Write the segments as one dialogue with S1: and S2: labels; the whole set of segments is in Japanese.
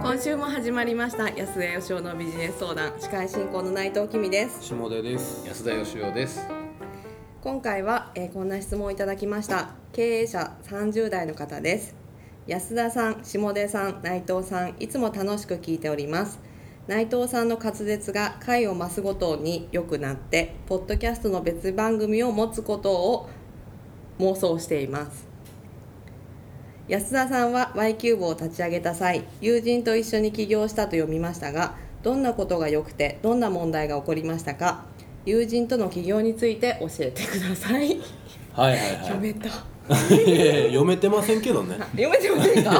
S1: 今週も始まりました安江義雄のビジネス相談司会進行の内藤君です
S2: 下出です
S3: 安田義雄です。
S1: 今回は、えーこんな質問をいただきました経営者30代の方です安田さん下出さん内藤さんいつも楽しく聞いております内藤さんの滑舌が回を増すごとに良くなってポッドキャストの別番組を持つことを妄想しています安田さんは Y キューブを立ち上げた際友人と一緒に起業したと読みましたがどんなことが良くてどんな問題が起こりましたか友人との起業について教えてください
S2: はいはい
S1: 読
S2: は
S1: めた
S2: いい やいや読めてませんけど ね
S1: 読めてませんか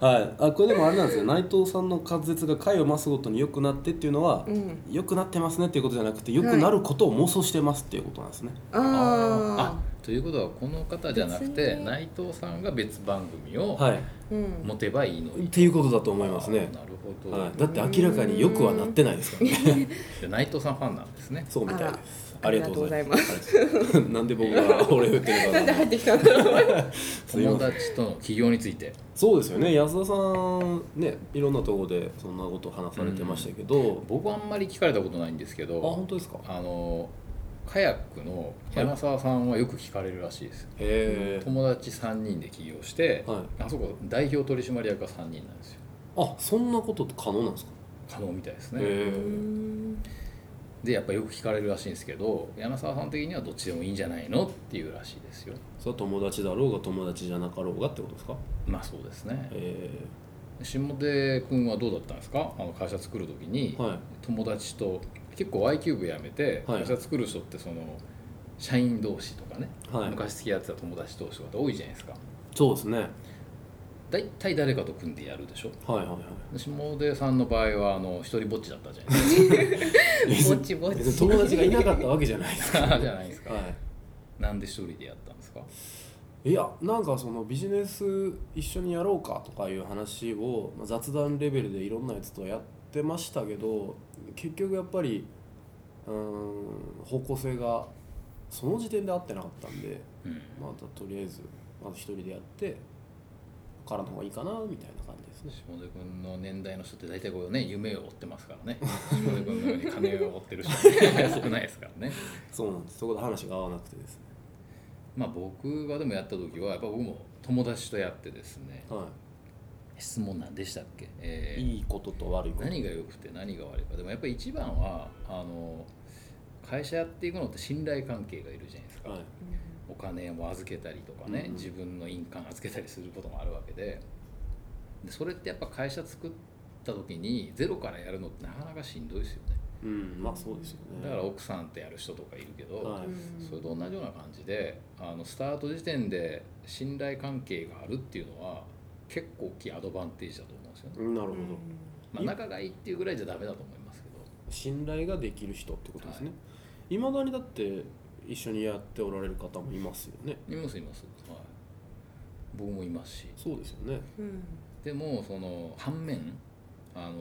S2: はいあこれでもあれなんですよ内藤さんの滑舌が回を増すごとに良くなってっていうのは、
S1: うん
S2: 良くなってますねっていうことじゃなくて良くなることを妄想してますっていうことなんですね、
S1: あ
S3: ということはこの方じゃなくて
S1: 別に
S3: 内藤さんが別番組を
S2: はい、
S1: あうん
S3: 持てばいいのに、
S2: っていうことだと思いますね
S3: なるほど、
S2: はい、だって明らかによくはなってないですからね
S3: で内藤さんファンなんですね。
S2: そうみたいです
S1: あら
S2: ありがとうございます はいなんで僕が俺を言ってるか
S1: なんで
S2: な
S1: 入ってきたんだろう
S2: すい
S3: 友
S2: ません
S3: 達との起業について。
S2: そうですよね安田さんねいろんなところでそんなこと話されてましたけど、
S3: 僕はあんまり聞かれたことないんですけ
S2: あ本
S3: ど、
S2: 当ですか
S3: あのカヤックの山沢さんはよく聞かれるらしいです。
S2: へえ、
S3: 友達3人で起業して、
S2: はい、
S3: あそこ代表取締役が3人なんですよ。
S2: あそんなことって可能なんですか
S3: 可能みたいです
S2: へ
S3: ね。でやっぱよく聞かれるらしいんですけど柳沢さん的にはどっちでもいいんじゃないのっていうらしいですよ
S2: それは友達だろうが友達じゃなかろうがってことですか
S3: まあそうですね
S2: へ
S3: 下出君はどうだったんですかあの会社作る時に
S2: えはい
S3: 友達と結構 Y キューブ辞めて
S2: はい
S3: 会社作る人ってその社員同士とかね、
S2: はい
S3: 昔付き合ってた友達同士とかって多いじゃないですか
S2: そうですねはい
S3: 大体誰かと組んでやるでしょ
S2: はいは
S3: 下出さんの場合はあの一人ぼっちだったじゃないです
S2: い
S1: ぼちぼ ち
S2: 別に友達がいなかったわけじゃないですか
S3: かじゃないですか
S2: は
S3: なんで一人でやったんですか
S2: いいやなんかそのビジネス一緒にやろうかとかいう話をまあ雑談レベルでいろんなやつとやってましたけど結局やっぱりうーん方向性がその時点で合ってなかったんで
S3: うん
S2: またとりあえずまず一人でやってからの方がいいかなみたいな感じですね
S3: 下出君の年代の人って大体こうね夢を追ってますか らね下出君のように金を追ってる人って少ないですからね
S2: そうなんですそこで話が合わなくてですね
S3: まあ僕がでもやった時はやっぱ僕も友達とやってですね
S2: は
S3: 質問なんでしたっけ、え
S2: い
S3: ー
S2: いいことと悪いこと
S3: 何が良くて何が悪いかでもやっぱり一番はあの会社やっていくのって信頼関係がいるじゃないですか、
S2: はい
S3: お金も預けたりとかね、
S2: うんうん
S3: 自分の印鑑預けたりすることもあるわけででそれってやっぱ会社作った時にゼロからやるのってなかなかしんどいですよね
S2: うんまあそうですよね
S3: だから奥さんってやる人とかいるけど、
S2: はい
S3: それと同じような感じであのスタート時点で信頼関係があるっていうのは結構大きいアドバンテージだと思うんですよね、
S2: うんなるほど
S3: まあ、仲がいいっていうぐらいじゃダメだと思いますけど
S2: 信頼ができる人ってことですねいまだにだって一緒にやっておられる方もいますよね
S3: いますいます、はい、僕もいますし
S2: そうですよね
S3: でもその反面あの、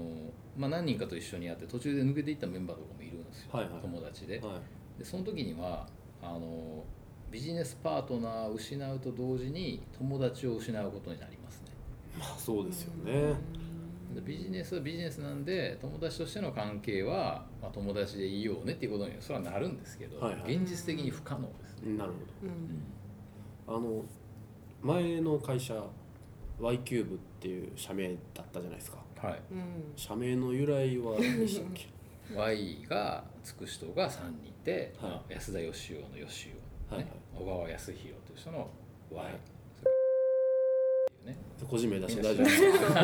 S3: まあ、何人かと一緒にやって途中で抜けていったメンバーとかもいるんですよ、
S2: はいはい
S3: 友達で
S2: は
S3: でその時にはあのビジネスパートナーを失うと同時に友達を失うことになりますね
S2: いまあそうですよね
S3: でビジネスはビジネスなんで友達としての関係は、まあ、友達でいいようねっていうことにそれはなるんですけど、
S2: はいはい
S3: 現実的に不可能ですね、
S2: なるほどあの前の会社 Y キューブっていう社名だったじゃないですか
S3: はい、
S2: 社名の由来は何でしたっ け
S3: Y がつく人が3人で、
S2: はい
S3: まあ安田義雄の義雄、ね
S2: はいはい
S3: 小川康弘という人の Y、
S2: はい
S3: っていうね
S2: 個人名出して大丈夫ですか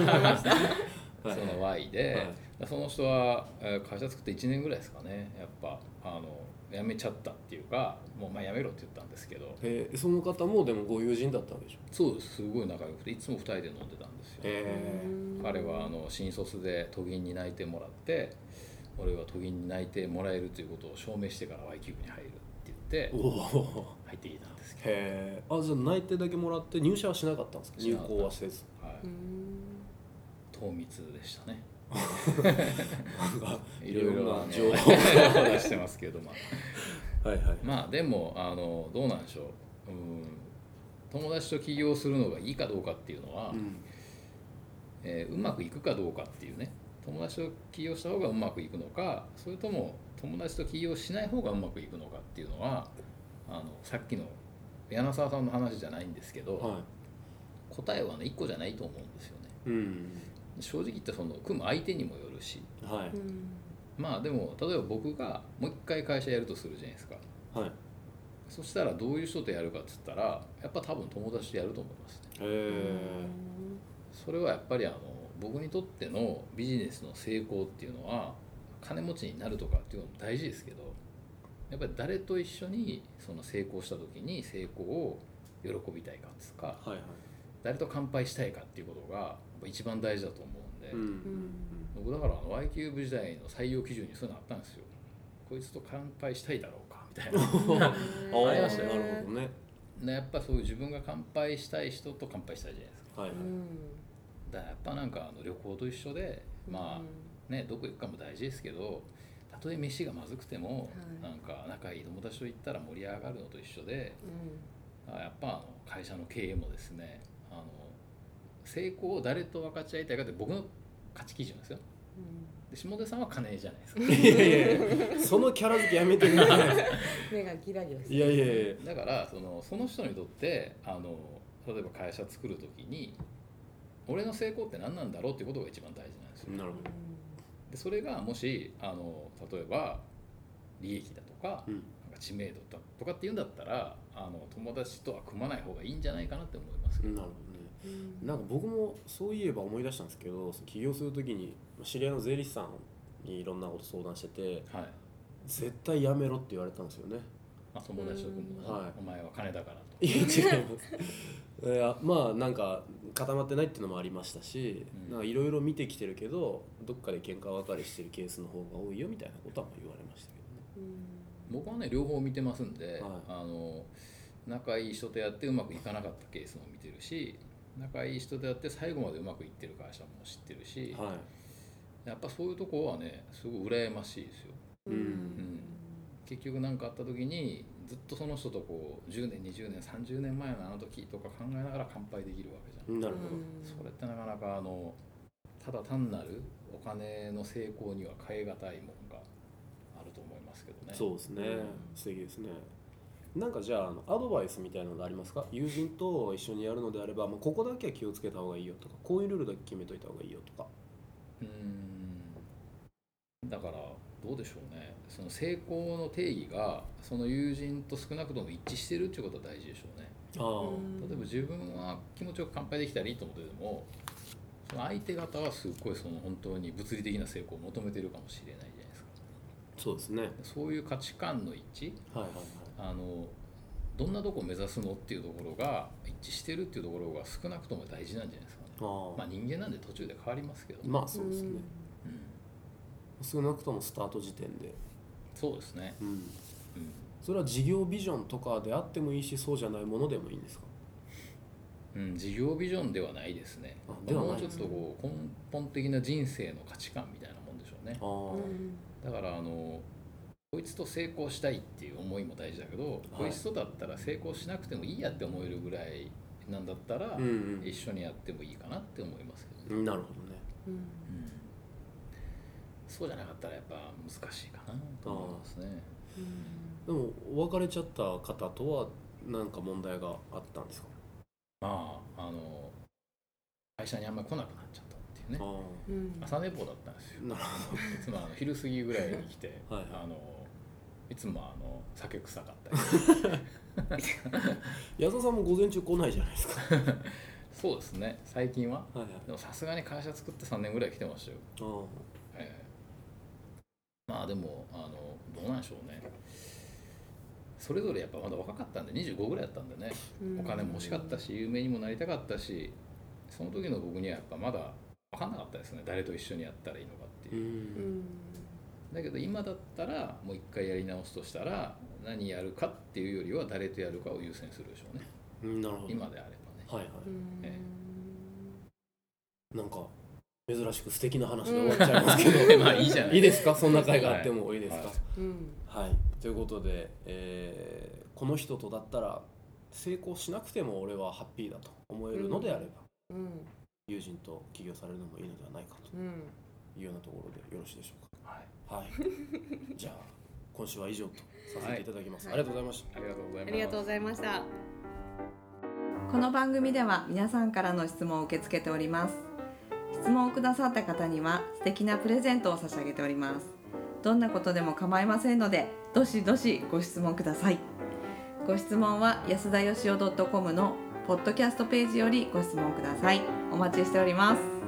S2: はい
S3: その Y で、
S2: はい
S3: その人はえー会社作って1年ぐらいですかねやっぱあの辞めちゃったっていうかもうまあ辞めろって言ったんですけど
S2: えーその方もでもご友人だったわけでしょ
S3: そうですすごい仲良くていつも2人で飲んでたんですよ、彼はあの新卒で都銀に内定もらって俺は都銀に内定もらえるということを証明してから Y キューブに入るって言って
S2: おお
S3: 入ってきたんですけ
S2: へえあじゃあ内定だけもらって入社はしなかったんですか
S3: し
S2: 入
S3: なかった
S2: 校は せず
S3: ど、はい、糖蜜でしたね
S2: なんか
S3: いろいろあの
S2: 情報
S3: 出してますけどまあ
S2: はいはい
S3: まあでもあのどうなんでしょううん友達と起業するのがいいかどうかっていうのは、
S2: うん
S3: えーうまくいくかどうかっていうね友達と起業した方がうまくいくのかそれとも友達と起業しない方がうまくいくのかっていうのはあのさっきの柳沢さんの話じゃないんですけど、
S2: は
S3: 答えはね1個じゃないと思うんですよね
S2: いうん
S3: 正直言ってその組む相手にもよるし
S2: はい
S3: まあでも例えば僕がもう一回会社やるとするじゃないですか
S2: はい
S3: そしたらどういう人とやるかっつったらやっぱ多分友達とやると思いますね
S2: へえ
S3: それはやっぱりあの僕にとってのビジネスの成功っていうのは金持ちになるとかっていうのも大事ですけどやっぱり誰と一緒にその成功した時に成功を喜びたいかっつうか
S2: はいはい
S3: 誰と乾杯したいかっていうことがやっぱ一番大事だと思うんで、
S2: うん
S3: 僕だからあの Y キューブ時代の採用基準にそういうのあったんですよこいつと乾杯したいだろうかみた いな
S2: あー
S3: ありました
S2: な
S3: よ
S2: るほどね
S3: ねやっぱそういう自分が乾杯したい人と乾杯したいじゃないですか
S2: はいはい
S3: だからやっぱなんかあの旅行と一緒でまあねどこ行くかも大事ですけどたとえ飯がまずくても、
S1: はい
S3: なんか仲いい友達と行ったら盛り上がるのと一緒でだからやっぱあの会社の経営もですねあの成功を誰と分かち合いたいかって僕の価値基準ですよで下出さんは金じゃないで すか
S2: いやいやいやそのキャラ付けやめてください
S1: 目がギラギラして
S2: いやいやいや
S3: だからそのその人にとってあの例えば会社作る時に俺の成功って何なんだろうってことが一番大事なんですよ
S2: なるほ
S3: でそれがもしあの例えば利益だとか
S2: ど、うん、
S3: なんか知名度だとかっていうんだったらあの友達とは組まない方がいいんじゃないかなって思いますけど、
S2: なるほどねなんか僕もそういえば思い出したんですけどその起業する時に知り合いの税理士さんにいろんなこと相談してて
S3: はい、
S2: 絶対やめろって言われたんですよね
S3: まあ、友達と組むのは、
S2: うんはい
S3: お前は金だからと
S2: いや違ういやまあなんか固まってないっていうのもありましたし
S3: うん
S2: なんかいろいろ見てきてるけどどっかで喧嘩別れしてるケースの方が多いよみたいなことは言われました
S3: 僕はね両方見てますんで、
S2: はい
S3: あの仲いい人とやってうまくいかなかったケースも見てるし仲いい人とやって最後までうまくいってる会社も知ってる
S2: け
S3: し、
S2: どね、はい、
S3: やっぱそういうとこはねすごい羨ましいですよ結局何かあった時にずっとその人とこう10年20年30年前のあの時とか考えながら乾杯できるわけじゃ
S2: な
S3: ん、
S2: る
S3: それってなかなかあのただ単なるお金の成功には変え難いもんがあると思いますけどね
S2: ほど、そうですね、
S1: うん
S2: 素敵ですねなんかじゃああのアドバイスみたいなのありますか友人と一緒にやるのであれば、まあ、ここだけは気をつけた方がいいよとかこういうルールだけ決めといた方がいいよとか
S3: うーんだからどうでしょうねその成功の定義がその友人と少なくとも一致してるっていうことは大事でしょうね
S2: ああ
S3: 例えば自分は気持ちよく乾杯できたらいいと思っててもその相手方はすっごいその本当に物理的な成功を求めてるかもしれないじゃないですか
S2: そうですね
S3: そういう価値観の一致
S2: はいはい
S3: あのどんなとこを目指すのっていうところが一致してるっていうところが少なくとも大事なんじゃないですかね
S2: はい
S3: まあ人間なんで途中で変わりますけど、
S2: まあそうですね、
S3: うん
S2: 少なくともスタート時点で、
S3: そうですね、
S2: うん、
S3: うん、
S2: それは事業ビジョンとかであってもいいしそうじゃないものでもいいんですか
S3: うん、事業ビジョンではないですね
S2: あでは
S3: も
S2: な
S3: う
S2: い
S3: ちょっとこう根本的な人生の価値観みたいなもんでしょうね
S2: ああ、
S3: だからあのこいつと成功したいっていう思いも大事だけど、こいつとだったら成功しなくてもいいやって思えるぐらいなんだったら、
S2: うんうん
S3: 一緒にやってもいいかなって思いますけどね、
S2: うんなるほどね
S3: うんそうじゃなかったらやっぱ難しいかなと思いますね
S2: でも別れちゃった方とは何か問題があったんですか
S3: まああの会社にあんまり来なくなっちゃったっていう
S2: あ
S3: ね
S2: あ
S3: 朝寝坊だったん ですよ
S2: なる
S3: いつもあの昼過ぎぐらいに来て
S2: はいはい
S3: あのいつもあの酒臭かったり
S2: 安田さんも午前中来ないじゃないですか
S3: そうですね最近は
S2: はいはい
S3: でもさすがに会社作って3年ぐらい来てましたよ、
S2: ああ
S3: ええまあでもあのどうなんでしょうねそれぞれやっぱまだ若かったんで25ぐらいだったんでねお金も欲しかったし有名にもなりたかったしその時の僕にはやっぱまだ分かんなかったですね誰と一緒にやったらいいのかっていう
S2: う、ん
S3: だけど今だったらもう一回やり直すとしたら何やるかっていうよりは誰とやるかを優先するでしょうね
S2: うんなるほど
S3: 今であればね
S2: はいはいなんか珍しく素敵な話で終わっちゃいますけど、
S3: まあいいじゃな い
S2: いいですかそんな会があってもいいですか、
S3: はい
S2: はい、ということで、えーこの人とだったら成功しなくても俺はハッピーだと思えるのであれば、友人と起業されるのもいいのではないかと
S1: うん
S2: いうようなところでよろしいでしょう
S3: はい、
S2: かはいじゃあ今週は以上とさせていただきます、
S1: はい
S2: ありがとうございました
S3: ありがとうござい
S1: あ
S3: ます。
S1: りがとうございました。この番組では皆さんからの質問を受け付けております。質問をくださった方には素敵なプレゼントを差し上げております。どんなことでも構いませんので、どしどしご質問ください。ご質問は安田よしお .com のポッドキャストページよりご質問ください。お待ちしております。